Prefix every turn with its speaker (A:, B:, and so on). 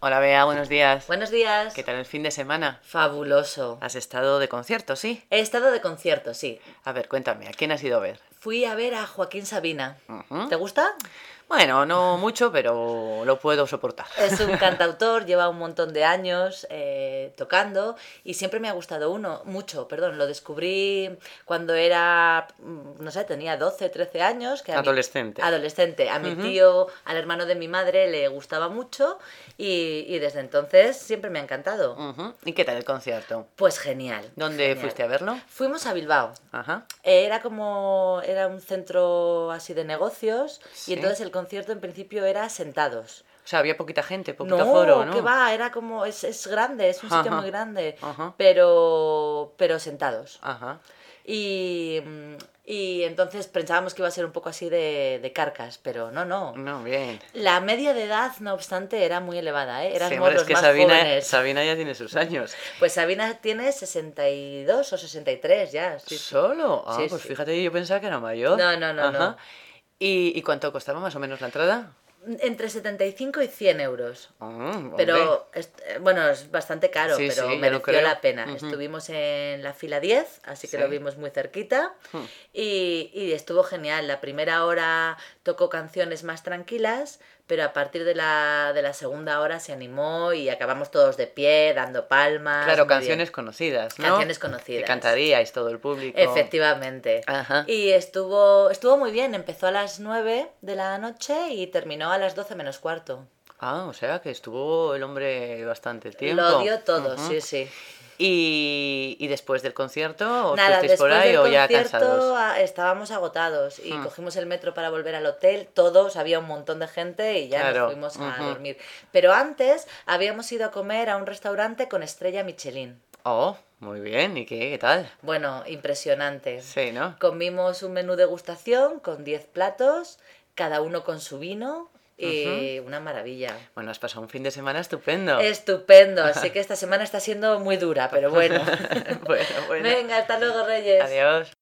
A: Hola Bea, buenos días.
B: Buenos días.
A: ¿Qué tal el fin de semana?
B: Fabuloso.
A: ¿Has estado de concierto, sí?
B: He estado de concierto, sí.
A: A ver, cuéntame, ¿a quién has ido a ver?
B: Fui a ver a Joaquín Sabina.
A: Ujú.
B: ¿Te gusta?
A: Bueno, no mucho, pero lo puedo soportar.
B: Es un cantautor, lleva un montón de años eh, tocando y siempre me ha gustado uno, mucho, perdón, lo descubrí cuando era, mm, no sé, tenía 12, 13 años. Que a mi-
A: Adolescente.
B: adolescente. A mi
A: Ujú.
B: tío, al hermano de mi madre le gustaba mucho y, y desde entonces siempre me ha encantado.
A: Ujú. ¿Y qué tal el concierto?
B: Pues genial.
A: Mm. ¿Dónde
B: genial.
A: fuiste a verlo?
B: Fuimos a Bilbao.
A: Ajá.
B: Eh, Era como, era un centro así de negocios
A: Sí.
B: y entonces el concierto en principio era sentados.
A: O sea, había poquita gente, poquito
B: No,
A: foro, ¿no?
B: que va, era como, es, es grande, es un sitio
A: Ajá.
B: muy grande,
A: Ajá.
B: pero, pero sentados.
A: Ajá.
B: Y, mm, y entonces pensábamos que iba a ser un poco así de, de carcas, pero no, no.
A: No, bien.
B: La media de edad, no obstante, era muy elevada, ¿eh? Eran
A: Sí, hombre,
B: morros
A: es que
B: más
A: Sabina,
B: jóvenes.
A: Sabina ya tiene sus años.
B: Pues Sabina tiene 62 o 63 ya. sí, sí.
A: ¿Solo? Ah,
B: Sí,
A: pues
B: sí.
A: fíjate, yo pensaba que era mayor.
B: No, no, no, no.
A: ¿Y, y cuánto costaba más o menos la entrada?
B: Entre 75 y 100 euros.
A: Mm, hombre.
B: Pero, est- eh, bueno, es bastante caro,
A: Sí,
B: pero
A: sí, ya lo
B: mereció
A: creo.
B: la pena.
A: Ujú.
B: Estuvimos en la fila 10, así que
A: Sí.
B: lo vimos muy cerquita.
A: Hmm.
B: Y, y estuvo genial. La primera hora tocó canciones más tranquilas, pero a partir de la, de la segunda hora se animó y acabamos todos de pie, dando palmas.
A: Claro,
B: Ah, muy bien.
A: canciones conocidas, ¿no?
B: Canciones conocidas.
A: Que cantaríais todo el público.
B: Efectivamente.
A: Ajá.
B: Y estuvo, estuvo muy bien. Empezó a las 9 de la noche y terminó a las 12 menos cuarto.
A: Ah, o sea que estuvo el hombre bastante tiempo.
B: Lo dio todo,
A: Ujú.
B: sí, sí.
A: ¿Y, y después del concierto os
B: Nada,
A: fuisteis
B: después
A: por ahí
B: del
A: o ya
B: concierto
A: cansados?
B: a- estábamos agotados y
A: Hmm.
B: cogimos el metro para volver al hotel, todos, había un montón de gente y ya
A: Claro,
B: nos fuimos a
A: ujú.
B: dormir. Pero antes habíamos ido a comer a un restaurante con estrella Michelin.
A: Oh, muy bien. ¿Y qué? ¿Qué tal?
B: Bueno, impresionante.
A: Sí, ¿no?
B: Comimos un menú degustación con 10 platos, cada uno con su vino y una maravilla.
A: Bueno, has pasado un fin de semana estupendo.
B: Estupendo, así que esta semana está siendo muy dura, pero bueno.
A: bueno, bueno.
B: Venga, hasta luego, Reyes.
A: Adiós.